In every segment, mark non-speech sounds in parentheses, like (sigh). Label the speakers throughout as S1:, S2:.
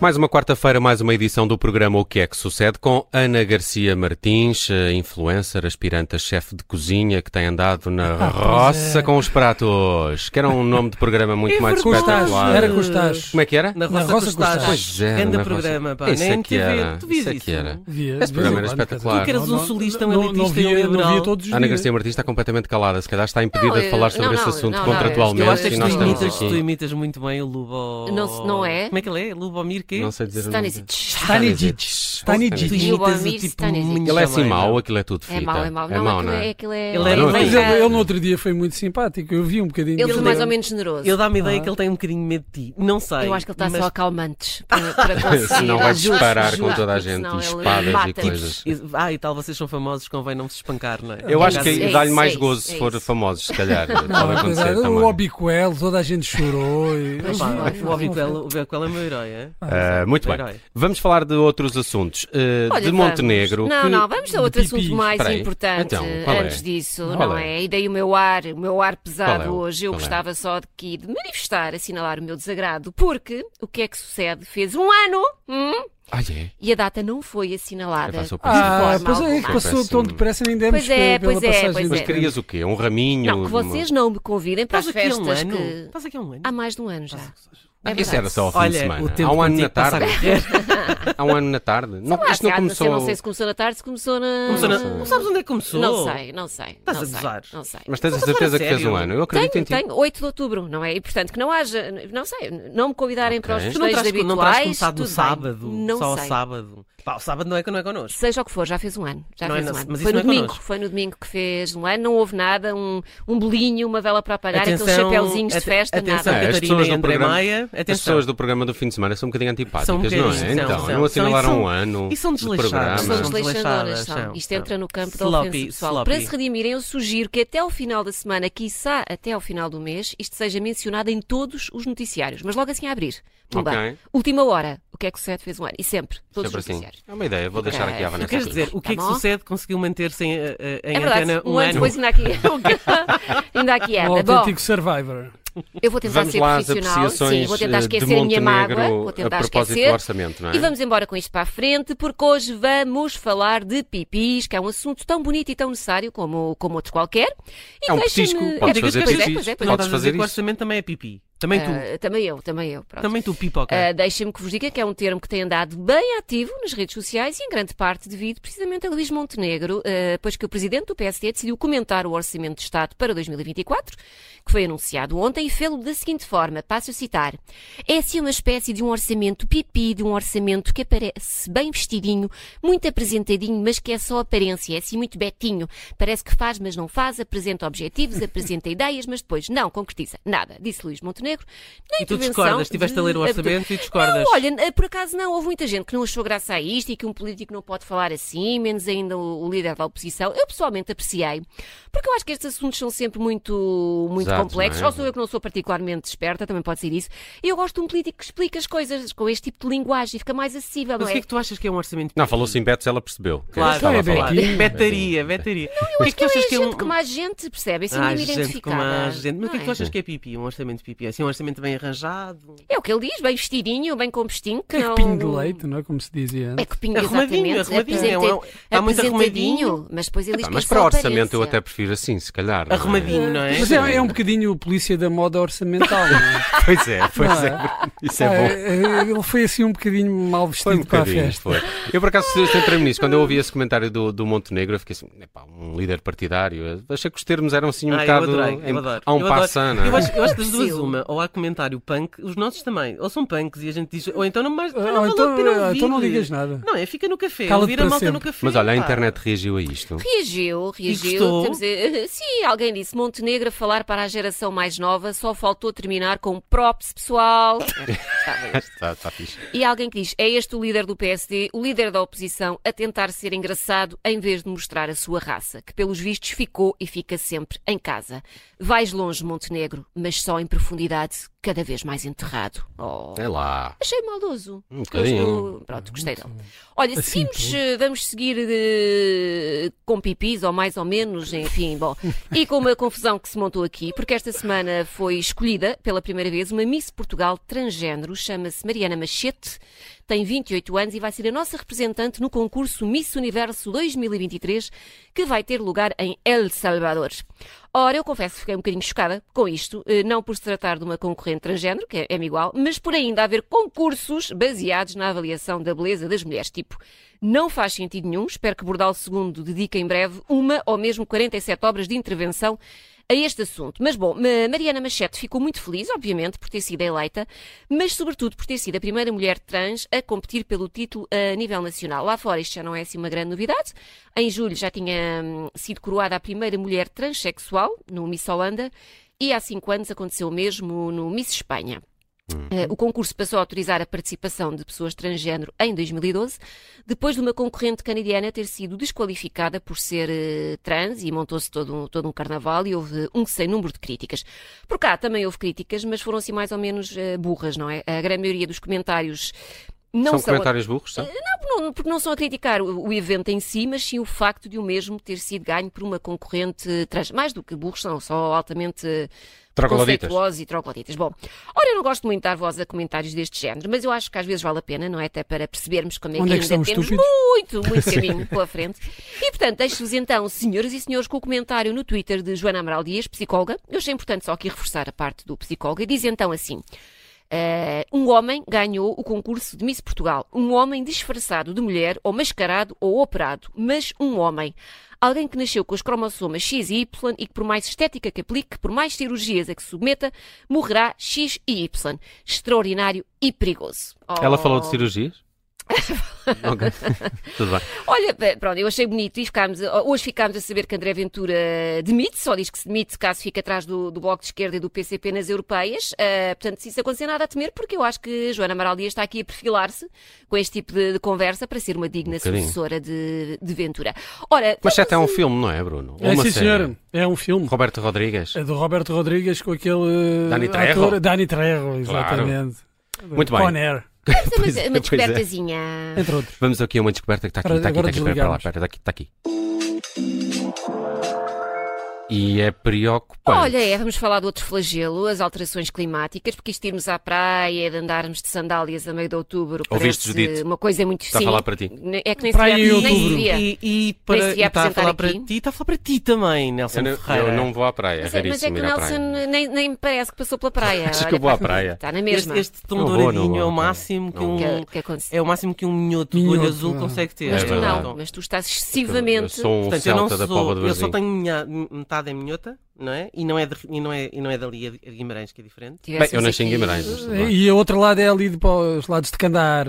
S1: Mais uma quarta-feira, mais uma edição do programa O que é que sucede com Ana Garcia Martins, eh, influencer, aspirante a chefe de cozinha, que tem andado na roça com os pratos. Que era um nome de programa muito
S2: É
S1: mais
S2: verdade.
S1: espetacular.
S2: Era com os tais.
S1: Como é que era?
S2: Na
S3: Na
S2: Roça
S3: Roça
S2: Costada.
S1: Pois é,
S2: Grande
S1: na
S2: programa,
S1: Roça.
S2: pá.
S1: Isso
S2: na
S1: é que
S2: MTV.
S1: era.
S2: Tu vias
S1: Isso é
S2: isso,
S1: que era.
S2: não?
S3: Via,
S1: Esse
S3: de vez em
S1: programa era
S3: quando, quer dizer,
S1: espetacular. Tu que
S2: eras um
S3: não-
S2: solista, um
S3: não-
S2: elitista e um
S3: Não via, não via
S2: liberal.
S3: todos os
S1: Ana
S3: dias.
S1: Garcia Martins está completamente calada, se calhar está impedida
S4: Não,
S1: de falar
S4: eu-
S1: sobre
S4: não,
S1: esse
S4: não,
S1: assunto
S4: não, não,
S1: contratualmente
S2: Eu acho é que
S1: e
S2: tu
S1: nós estamos
S2: imitas, tu
S1: aqui.
S2: imitas muito bem o Lubo...
S4: Não se- não é?
S2: Como é que ele é? Lubomir quê?
S1: Não sei dizer o nome.
S4: Stanisic.
S3: Stanisic.
S2: Tu
S3: Stanisic.
S2: imitas o
S4: Lubomir
S2: tipo
S4: Stanisic.
S2: muito
S1: Ele é assim
S2: chamado.
S1: mau, aquilo é tudo fita.
S4: É mau, é mau.
S1: mau,
S4: não,
S1: não é?
S4: aquilo é...
S2: Ele é
S1: Não,
S3: Mas
S1: Mas
S3: ele, ele no outro dia foi muito simpático. Eu vi um bocadinho.
S4: Ele
S3: do-
S4: foi mais ou menos generoso.
S2: Ele
S4: Eu,
S2: dá-me a ideia que ele tem um bocadinho de medo de ti. Não sei.
S4: acho que ele está
S2: mas-
S3: (laughs)
S4: só acalmantes para, para conseguir.
S1: Senão vai
S4: Justo,
S1: disparar
S4: justo,
S1: com toda a
S4: porque
S1: gente,
S4: senão ele
S1: espadas e
S4: mata-nos.
S1: coisas.
S2: E- Ah, e tal, vocês são famosos, convém não se espancar, não é?
S1: é. Eu
S2: Por
S1: acho
S2: acaso,
S1: que
S4: isso,
S1: dá-lhe
S4: é
S1: mais
S4: isso,
S1: gozo
S4: é
S1: se for
S4: isso.
S1: famosos, se calhar.
S3: Não, é
S1: Pode
S3: mas
S1: acontecer
S3: era
S1: também.
S3: o Obiquel, toda a gente chorou. e-
S4: Mas
S2: Pá,
S4: foi.
S2: o Obiquel o Obiquel é meu herói, é?
S1: Ah, muito bem.
S2: Herói.
S1: Vamos falar de outros assuntos. Eh,
S4: Olha,
S1: de
S4: vamos.
S1: Montenegro.
S4: Não,
S1: que-
S4: não, vamos a outro
S3: de pipis.
S4: assunto mais
S1: Espera aí.
S4: importante
S1: Então, qual é?
S4: antes disso,
S1: Qual
S4: não
S1: é?
S4: é? E daí o meu ar, o meu ar pesado
S1: Qual é o-
S4: hoje. Eu
S1: qual é?
S4: gostava só de aqui de manifestar, assinalar o meu desagrado, porque o que é que sucede? Fez um ano hum,
S1: Ah, é?
S4: e a data não foi assinalada.
S1: Eu faço o
S4: de
S3: Ah,
S4: forma
S3: pois é,
S4: alguma.
S3: que passou tão depressa, nem demos
S4: Pois é,
S3: pela
S4: pois é,
S3: passagem
S4: pois
S3: do
S4: é.
S1: um- Mas querias o quê? Um raminho?
S4: Não, que vocês não me convidem para as
S2: Estás aqui há um
S4: festas
S2: ano?
S4: que.
S2: Estás aqui há um ano?
S4: Há mais de um ano já.
S1: Ah,
S4: é
S1: Isso era só ao fim de
S2: Olha,
S1: semana.
S2: o tempo
S1: Há um ano
S2: contigo
S1: na
S2: passa
S1: tarde.
S2: a correr.
S1: Há um ano na tarde. Não,
S4: Sei lá,
S1: isto não
S4: se há-
S1: começou.
S4: Não sei se começou na tarde, se começou na.
S2: Começou na- Não sabes onde é que começou?
S4: Não sei, não sei.
S2: Estás
S4: não
S2: a
S4: sei,
S2: gozar.
S4: Não sei.
S1: Mas tens a
S2: Mas
S1: certeza que
S2: agora,
S1: fez um
S2: sério?
S1: ano? Eu
S4: Tenho,
S1: acredito em ti.
S4: tenho, 8 de outubro, não é? E portanto que não haja, não sei, não me convidarem para os
S1: Tu
S2: Tu não
S4: festejos
S2: terás,
S4: habituais.
S2: não terás começado
S4: tudo
S2: no
S4: bem.
S2: sábado?
S4: Não
S2: só
S4: sei.
S2: ao sábado? Pá, o sábado não é, não é connosco.
S4: Seja o que for, já fez um ano. Já
S2: Não é
S4: fez
S2: no-
S4: um ano.
S2: mas
S4: foi
S2: isso
S4: no
S2: não é
S4: domingo,
S2: connosco.
S4: foi no domingo que fez um ano, não houve nada, um, um bolinho, uma vela para apagar, aqueles
S2: Atenção,
S4: chapéuzinhos de
S2: ate-
S4: festa,
S2: atenção,
S4: nada.
S1: É, as
S2: Catarina
S1: pessoas
S2: e
S1: do
S2: André
S1: programa-
S2: Maia.
S1: As
S2: Atenção.
S1: pessoas do programa do fim de semana são um bocadinho antipáticas,
S2: São um
S1: não é?
S2: bocadinho, são,
S1: Então,
S2: são,
S1: não
S2: são,
S1: assinalaram
S2: e são-
S1: um ano
S2: e são
S1: de
S2: desleixadas,
S1: programa.
S2: são
S4: São
S2: Não,
S4: desleixadoras,
S2: desleixadas,
S4: são.
S2: são,
S4: Isto
S2: são.
S4: entra no campo da
S2: Sloppy,
S4: ofensa pessoal.
S2: sloppy.
S4: Para se redimirem, eu sugiro que até ao final da semana, quiçá até ao final do mês, isto seja mencionado em todos os noticiários. Mas logo assim a abrir. Pumba.
S1: Ok.
S4: Última hora. O que é que o Sete fez um ano? E sempre. Todos
S1: Sempre
S4: os
S1: assim.
S4: noticiários.
S1: É uma ideia, vou deixar aqui à
S4: Ok.
S1: Vanessa.
S2: Tu queres dizer, o que é que
S4: Tá bom?
S2: sucede conseguiu manter-se em, eh, eh, em
S4: É verdade.
S2: antena
S4: Um, ano depois ainda aqui, é. (laughs) ainda aqui
S3: Um
S4: anda. Bom,
S3: autêntico Survivor.
S4: eu vou tentar
S1: Vamos
S4: ser
S1: lá às
S4: profissional.
S1: apreciações
S4: Sim, vou tentar
S1: eh, de
S4: esquecer a minha mágoa.
S1: Montenegro
S4: Vou tentar
S1: a propósito
S4: esquecer.
S1: do orçamento, não é?
S4: E vamos embora com isto para a frente, porque hoje vamos falar de pipis, que é um assunto tão bonito e tão necessário como, como outro qualquer. E
S1: É um
S4: deixa-me-
S1: petisco,
S4: É,
S1: podes
S4: pois
S1: fazer
S4: é, pois é, pois é,
S1: pipis.
S4: pois é.
S2: Não
S1: Podes
S2: estás a
S1: fazer
S2: dizer que o
S1: isso.
S2: orçamento também é pipi. Também tu.
S4: Ah, também eu, também eu. Pronto.
S2: Também tu, pipoca.
S4: Ah, Deixem-me que vos diga que é um termo que tem andado bem ativo nas redes sociais e em grande parte devido precisamente a Luís Montenegro, ah, pois que o presidente do PSD decidiu comentar o Orçamento de Estado para 2024, que foi anunciado ontem, e fê-lo da seguinte forma, passo a citar, é assim uma espécie de um orçamento pipi, de um orçamento que aparece bem vestidinho, muito apresentadinho, mas que é só aparência, é assim muito betinho, parece que faz, mas não faz, apresenta objetivos, apresenta (laughs) ideias, mas depois não concretiza nada, disse Luís Montenegro.
S2: E
S4: na
S2: tu
S4: intervenção
S2: discordas, estiveste a ler o
S4: de-
S2: orçamento e discordas.
S4: não, olha, eh, por acaso não, houve muita gente que não achou graça a isto e que um político não pode falar assim, menos ainda o, o líder da oposição. Eu pessoalmente apreciei, porque eu acho que estes assuntos são sempre muito, muito
S1: Exato,
S4: complexos.
S1: não é?
S4: Ou sou eu que não sou particularmente esperta, também pode ser isso. E eu gosto de um político que explica as coisas com este tipo de linguagem e fica mais acessível,
S2: Mas o
S4: não
S2: que
S4: é?
S2: é que tu achas que é um orçamento
S1: Não, falou sim, Betos, ela percebeu. que
S2: Claro,
S1: estava a falar.
S3: Betinho.
S2: claro. Betaria, betaria. O que é que tu achas
S4: É gente que mais gente percebe, assim
S2: Ah,
S4: mesmo
S2: gente, como
S4: identificada.
S2: há gente. Mas o que é que tu
S4: não é?
S2: achas que é pipi? Um orçamento pipi? Assim, um orçamento bem arranjado?
S4: É o que ele diz, bem vestidinho, bem com vestinho, que
S3: É
S4: não...
S3: que pingo de leite, não é? Como se dizia
S4: É
S3: antes.
S4: que pingo,
S2: Arrumadinho,
S4: exatamente.
S2: arrumadinho, é um-
S4: Apresenta-
S2: está muito
S4: apresentadinho,
S2: arrumadinho.
S4: mas depois ele diz
S1: Pá,
S4: que
S1: mas
S4: é
S1: para
S4: só
S1: orçamento eu
S4: aparência.
S1: até prefiro assim, se calhar. não é?
S2: Arrumadinho, não é?
S3: Mas é, é um bocadinho o polícia da moda orçamental, não é?
S1: (laughs) Pois é, pois
S3: Não
S1: é. (laughs) Isso é bom.
S3: É, é, Ele foi assim um bocadinho mal vestido
S1: Foi um
S3: para a
S1: bocadinho,
S3: festa.
S1: foi. Eu por acaso centrei-me nisso. Quando eu ouvi esse comentário do, do Montenegro, eu fiquei assim, "Epá, um líder partidário. Achei que os termos eram assim um
S2: Ah, eu
S1: bocado
S2: adorei,
S1: em-
S2: eu adoro.
S1: a um
S2: eu adoro.
S1: passana.
S2: Eu acho, eu acho que das duas
S4: Sim.
S2: uma, ou há comentário punk, os nossos também, ou são punks e a gente diz, ou então não mais,
S3: Ah,
S2: não vale
S3: então-
S2: a pena
S3: ah,
S2: ouvir.
S3: então não digas nada.
S2: Não, é, fica no café,
S3: Cala-te
S2: ouvir a
S3: para
S2: malta
S3: sempre.
S2: no café.
S1: Mas olha, a
S2: pá.
S1: internet reagiu a isto.
S4: Reagiu, reagiu.
S2: gostou?
S4: Temos, eh, eh, sim, alguém disse Montenegro a falar para a geração mais nova, só faltou terminar com props
S2: (laughs)
S4: pessoal. Era, estava isto.
S1: Está, está Tá, fixe.
S4: e alguém que diz: é este o líder do PSD, o líder da oposição, a tentar ser engraçado em vez de mostrar a sua raça, que pelos vistos ficou e fica sempre em casa. Vais longe, Montenegro, mas só em profundidade. sociedade cada vez mais enterrado. Oh.
S1: É lá.
S4: Achei maldoso.
S1: Um bocadinho.
S4: Gosto- Pronto, gostei dele. Olha,
S3: Assim
S4: seguimos,
S3: tudo.
S4: eh, vamos seguir eh, com pipis, ou mais ou menos, enfim,
S3: (laughs)
S4: bom. E com uma confusão que se montou aqui, porque esta semana foi escolhida pela primeira vez uma Miss Portugal transgénero, chama-se Mariana Machete, tem 28 anos e vai ser a nossa representante no concurso Miss Universo 2023, que vai ter lugar em El Salvador. Ora, eu confesso que fiquei um bocadinho chocada com isto, eh, não por se tratar de uma concorrente transgénero, que é- é-me igual, mas por ainda haver concursos baseados na avaliação da beleza das mulheres. Tipo, não faz sentido nenhum, espero que Bordal II dedique em breve uma ou mesmo 47 obras de intervenção a este assunto. Mas bom, Ma- Mariana Machete ficou muito feliz, obviamente, por ter sido eleita, mas sobretudo por ter sido a primeira mulher trans a competir pelo título a nível nacional. Lá fora isto já não é assim uma grande novidade. Em julho já tinha hum, sido coroada a primeira mulher transexual no Miss Holanda e há cinco anos aconteceu o mesmo no Miss Espanha. Eh, O concurso passou a autorizar a participação de pessoas transgénero em 2012, depois de uma concorrente canadiana ter sido desqualificada por ser eh, trans e montou-se todo um, todo um carnaval e houve um sem número de críticas. Por cá também houve críticas, mas foram assim mais ou menos eh, burras, não é? A grande maioria dos comentários não
S1: São
S4: são,
S1: comentários burros, são?
S4: não, porque não são a criticar o, o evento em si, mas sim o facto de o mesmo ter sido ganho por uma concorrente eh, trans. Mais do que burros, são só altamente eh,
S1: Trogloditas.
S4: preconceituosos e trogloditas. Bom, ora, eu não gosto muito de dar voz a comentários deste género, mas eu acho que às vezes vale a pena, não é? Até para percebermos como é
S3: Onde é que
S4: que ainda
S3: estão os
S4: temos
S3: estúpidos? (laughs)
S4: muito, muito caminho pela frente. E, portanto, deixo-vos então, senhoras e senhores, com o comentário no Twitter de Joana Amaral Dias, psicóloga. Eu achei importante só aqui reforçar a parte do psicóloga. Diz então assim... Eh, um homem ganhou o concurso de Miss Portugal. Um homem disfarçado de mulher, ou mascarado, ou operado, mas um homem. Alguém que nasceu com os cromossomas X e Y e que, por mais estética que aplique, por mais cirurgias a que se submeta, morrerá X e Y. Extraordinário e perigoso. Oh.
S1: Ela falou de
S4: (laughs)
S1: cirurgias? ok. (laughs) Tudo bem.
S4: Olha, bem, pronto, eu achei bonito e ficámos, eh, hoje ficámos a saber que André Ventura demite, só diz que se demite caso fique atrás do, do Bloco de Esquerda e do PCP nas europeias. Ah, portanto, se isso acontecer, nada a temer, porque eu acho que Joana Amaral Dias está aqui a perfilar-se com este tipo de, de conversa para ser uma digna
S1: Um bocadinho.
S4: sucessora de, de Ventura. Ora,
S1: Mas já é um filme, não é, Bruno? Ou
S3: É,
S1: uma
S3: sim,
S1: série?
S3: senhor. É um filme.
S1: Roberto Rodrigues.
S3: É do Roberto Rodrigues com aquele eh,
S1: Dani Trejo.
S3: ator Dani Trejo, exatamente.
S1: Muito bem.
S3: Conair,
S4: mas é
S1: Pois é,
S4: uma, uma
S1: pois é.
S4: descobertazinha.
S3: entre outros.
S1: Vamos aqui a uma descoberta que está aqui, está
S3: Agora-
S1: aqui, está
S3: agora
S1: aqui, espera, espera lá,
S3: desligamos.
S1: espera, está aqui, está aqui. E é preocupante.
S4: Olha, é, vamos falar do outro flagelo, as alterações climáticas, porque isto de irmos à praia, de andarmos de sandálias a meio de outubro,
S1: Ouviste,
S4: parece
S1: Judite?
S4: uma coisa muito...
S1: Está Tá a
S4: Sim.
S1: falar para ti.
S4: É que nem
S3: Praia
S4: se
S3: em
S4: via- nem se
S3: outubro.
S4: via.
S2: E, e para,
S4: se
S2: e
S4: ia
S2: está a
S4: apresentar
S2: falar para
S4: aqui.
S2: ti, está a falar para ti também, Nelson
S1: Eu não,
S2: Ferreira.
S1: eu não vou à praia, é
S4: Mas é, mas é
S1: raríssimo
S4: que
S1: ir
S4: o
S1: à
S4: Nelson
S1: praia.
S4: nem, nem me parece que passou pela praia.
S1: (laughs) Achas
S4: Olha,
S1: que eu vou à
S4: pá,
S1: praia?
S4: Está na
S2: este,
S4: mesma.
S2: este tom
S1: Não vou,
S2: douradinho
S1: não vou,
S2: é o
S1: não vou.
S2: máximo que
S1: Não
S2: um,
S1: vou.
S4: Que, que acontece.
S2: é o máximo que um minhoto de olho
S3: Minhoto,
S2: azul
S3: ah.
S2: consegue ter.
S4: mas
S1: é
S4: tu
S1: verdade.
S4: não, mas tu estás
S1: Eu
S4: excessivamente.
S1: sou um
S2: Portanto, eu não
S1: celta da
S2: sou,
S1: Póvoa do
S2: eu
S1: Varzim.
S2: só tenho minha- metade é minhota, não é? E não é, de, e não é, e não é dali a de a de Guimarães, que é diferente.
S1: Bem,
S4: tivéssemos
S1: eu nasci em
S4: aqui-
S1: Guimarães. mas tudo bem.
S3: E a outra lado é ali de, para os lados de Candar,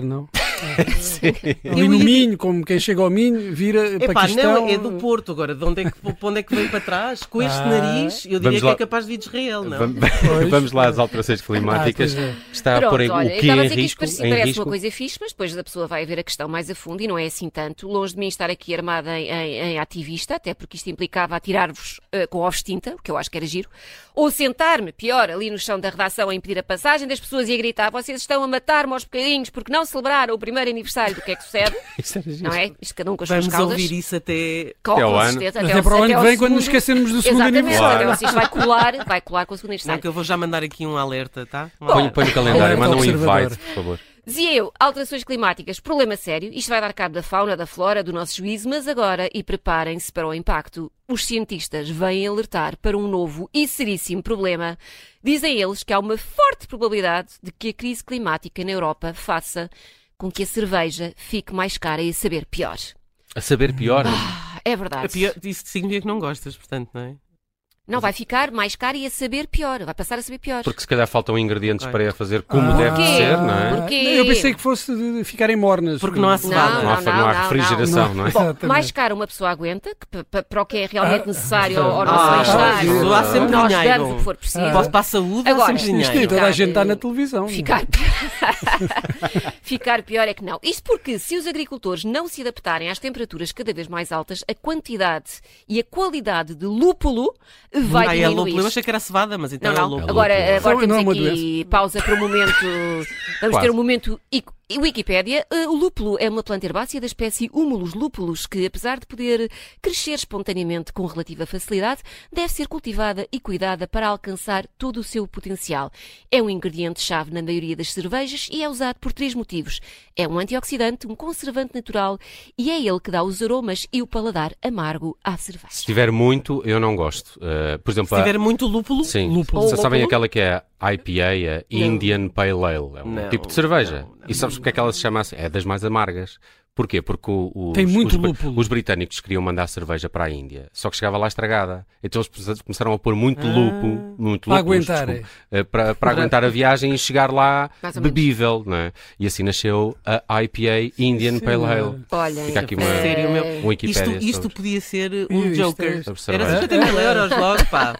S1: (laughs)
S3: não? Ali
S2: Eu
S3: no
S2: ia-
S3: Minho, como quem chega ao Minho, vira
S2: Epá,
S3: Paquistão.
S2: não, é do Porto agora. De onde é que, para onde é que veio para trás? Com este
S3: Ah.
S2: nariz, eu diria
S1: Vamos
S2: que
S1: lá.
S2: é capaz de vir de Israel, não?
S1: Vamos- (laughs) Vamos lá às alterações climáticas.
S3: Ah, pois
S1: Está a
S4: Pronto,
S1: pôr em,
S4: olha,
S1: o
S4: eu
S1: que
S4: estava a
S1: em
S4: dizer que
S1: risco?
S4: isto parecia-
S1: Em
S4: parece
S1: risco?
S4: uma coisa fixe, mas depois a pessoa vai ver a questão mais a fundo e não é assim tanto. Longe de mim estar aqui armada em, em- em ativista, até porque isto implicava atirar-vos eh, com ovos de tinta, o que eu acho que era giro, ou sentar-me, pior, ali no chão da redação a impedir a passagem das pessoas e a gritar: vocês estão a matar-me aos bocadinhos porque não celebraram o primeiro aniversário do que é que sucede,
S1: Isso era giro.
S4: não é? Isto cada um com as
S2: Vamos
S4: suas causas.
S2: ouvir isso até.
S4: Com
S1: Até ao ano.
S4: certeza,
S3: Mas
S4: até,
S3: é
S4: ao-
S3: para o ano
S4: até
S3: que
S4: ao
S3: vem quando nos
S4: segundo-
S3: esquecermos do segundo
S4: Exatamente,
S1: aniversário.
S4: até ao- isto vai colar, vai colar com o segundo
S2: Não,
S4: aniversário.
S2: que eu vou já mandar aqui um alerta, tá? Um
S1: Põe,
S2: alerta.
S1: põe no calendário,
S3: Alerta
S1: manda um
S3: é observador.
S1: invite, por favor.
S4: Dizia eu, alterações climáticas, problema sério, isto vai dar cabo da fauna, da flora, do nosso juízo, mas agora, e preparem-se para o impacto, os cientistas vêm alertar para um novo e seríssimo problema. Dizem eles que há uma forte probabilidade de que a crise climática na Europa faça com que a cerveja fique mais cara e a saber pior.
S1: A saber pior.
S4: Ah, É
S2: A
S4: verdade.
S2: pior- Isso significa que não gostas, portanto, não é?
S4: Não vai ficar mais cara e a saber pior, vai passar a saber pior.
S1: Porque se calhar faltam ingredientes
S2: Ok.
S1: para a fazer como
S3: Ah.
S1: deve
S4: Porquê?
S1: ser, não é?
S4: Porquê?
S3: Eu pensei que fosse de ficarem mornas.
S2: Porque não há cevada.
S1: Não há,
S4: Não,
S1: não há
S4: não, não,
S1: refrigeração, não,
S3: não.
S1: é?
S3: Bom, Exatamente.
S4: mais caro uma pessoa aguenta, que pa- pa- para o que é realmente
S3: Ah,
S4: necessário
S3: ah,
S4: ao ao
S2: ah,
S4: nosso bem-estar,
S1: isso há
S4: nós
S1: sempre
S4: damos
S2: dinheiro.
S4: o que for preciso.
S3: Ah.
S2: Posso para a saúde,
S4: Agora, é
S2: há sempre
S3: Isto nem
S2: dinheiro.
S3: toda a gente está na televisão.
S4: Ficar pior. Ficar pior (laughs) é que não. Isto porque, se os agricultores não se adaptarem às temperaturas cada vez mais altas, a quantidade e a qualidade de lúpulo vai
S2: ah, é
S4: diminuir.
S2: lúpulo. Eu achei que era cevada, mas então
S4: Não,
S2: é
S4: não.
S2: lúpulo.
S4: Agora,
S1: lúpulo.
S4: agora
S3: Então,
S4: temos
S3: não é uma
S4: aqui pausa para
S3: (laughs)
S4: o momento. Vamos
S1: Quase.
S4: ter um momento i- i- Wikipédia. Eh, O lúpulo é uma planta herbácea da espécie Humulus lúpulus que, apesar de poder crescer espontaneamente com relativa facilidade, deve ser cultivada e cuidada para alcançar todo o seu potencial. É um ingrediente-chave na maioria das cervejas e é usado por três motivos. É um antioxidante, um conservante natural e é ele que dá os aromas e o paladar amargo à
S1: Se
S4: cerveja.
S1: tiver muito, eu não gosto. Eh, por exemplo,
S2: Se tiver muito lúpulo,
S1: a... Sim.
S3: lúpulo.
S1: Vocês sabem
S2: Lúpulo?
S1: aquela que é a IPA, a Indian Pale Ale. É um
S2: Não,
S1: tipo de cerveja.
S2: não, não.
S1: e sabes porque é que ela se chama assim? É das mais amargas. Porquê? Porque o- os,
S3: Tem muito
S1: os br-
S3: lúpulo.
S1: os britânicos queriam mandar cerveja para a Índia, só que chegava lá estragada. Então eles começaram a pôr muito
S2: Ah.
S1: lúpulo, muito lúpulo,
S3: Para aguentar. é.
S1: desculpa, eh, para, para aguentar a viagem e chegar lá
S4: Mais ou menos.
S1: bebível, não é? E assim nasceu a IPA Indian Pale
S3: Senhora.
S1: Ale.
S4: Olhem,
S1: Fica aqui uma,
S4: eh,
S2: Sério, meu.
S1: um Wikipedia
S2: Isto, isto
S1: sobre-
S2: podia ser um
S3: Isto é-
S2: Joker.
S1: Observar.
S2: Era 50 mil euros logo, pá.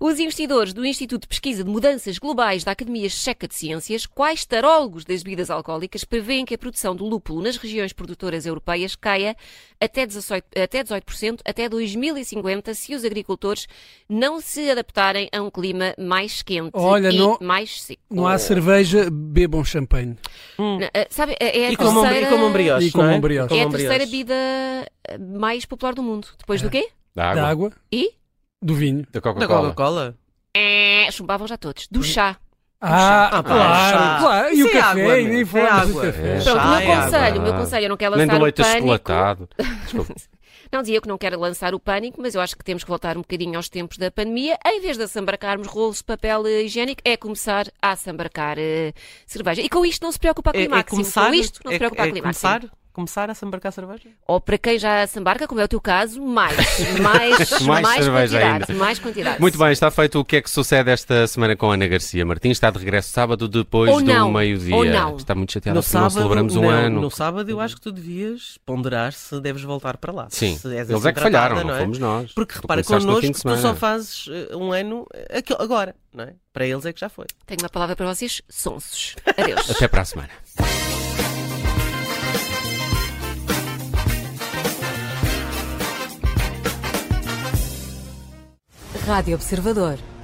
S4: Os investidores do Instituto de Pesquisa de Mudanças Globais da Academia Checa de Ciências, quais tarólogos das bebidas alcoólicas preveem que a produção de lúpulo nas regiões produtoras europeias caia até 18%, até, 18%, até 2050 se os agricultores não se adaptarem a um clima mais quente
S3: Olha,
S4: e
S3: não-
S4: mais seco?
S3: Não há cerveja, bebam champanhe.
S4: Não, eh, Sabe, eh, é a
S2: E como, um-
S4: terceira...
S2: e como um brioche.
S3: E como
S2: não é?
S3: um brioche.
S4: É
S2: Como
S4: a
S2: um É.
S4: terceira bebida eh, mais popular do mundo. Depois do quê?
S1: da água,
S3: Da água,
S4: E?
S3: do vinho.
S1: da
S2: Da
S1: Coca-Cola.
S2: Coca-Cola?
S4: Eh, chumbavam já todos. Do chá.
S3: Ah,
S2: chá.
S3: claro,
S2: É Ah, chá.
S3: claro. E
S2: Isso
S3: o
S2: é
S3: café,
S2: água,
S3: e nem
S2: meu.
S3: falamos
S2: É
S3: do
S2: água.
S3: café.
S1: É.
S4: Pronto, o meu
S2: Chá é água.
S4: conselho, o meu conselho, eu não quero
S1: Nem
S4: lançar
S1: do leite
S4: o pânico.
S1: achocolatado.
S4: (laughs)
S1: Desculpa.
S4: Não dizia que não quero lançar o pânico, mas eu acho que temos que voltar um bocadinho aos tempos da pandemia. Em vez de assambarcarmos rolos de papel eh, higiênico, é começar a assambarcar eh, cerveja. E com isto não se preocupa a
S2: É, é
S4: climáximo.
S2: começar,
S4: com isto não se
S2: é,
S4: preocupa
S2: é
S4: a climáximo.
S2: começar, começar a sambarcar cerveja?
S4: Ou para quem já assambarca, como é o teu
S2: (laughs)
S4: caso, mais. Mais,
S1: Mais
S4: mais,
S1: cerveja
S4: quantidade.
S1: ainda.
S4: Mais quantidade.
S1: Muito bem, está feito o que é que sucede esta semana com a Ana Garcia Martins. Está de regresso sábado depois
S4: Ou
S1: do
S4: não,
S1: meio-dia.
S4: ou não.
S1: Está muito chateada porque não celebramos um
S2: não,
S1: ano.
S2: No sábado eu acho que tu devias ponderar se deves voltar para lá.
S1: Sim,
S2: Se és
S1: eles
S2: assim
S1: é que falharam,
S2: tratada,
S1: não,
S2: é?
S1: fomos nós.
S2: Porque
S1: Tu
S2: repara,
S1: começaste no fim
S2: connosco
S1: de
S2: tu só
S1: semana.
S2: fazes eh, um ano eh, aqui- agora, não é? Para eles é que já foi.
S4: Tenho uma palavra para vocês: sonsos. Adeus.
S1: Até para a semana.
S5: (laughs) Rádio Observador.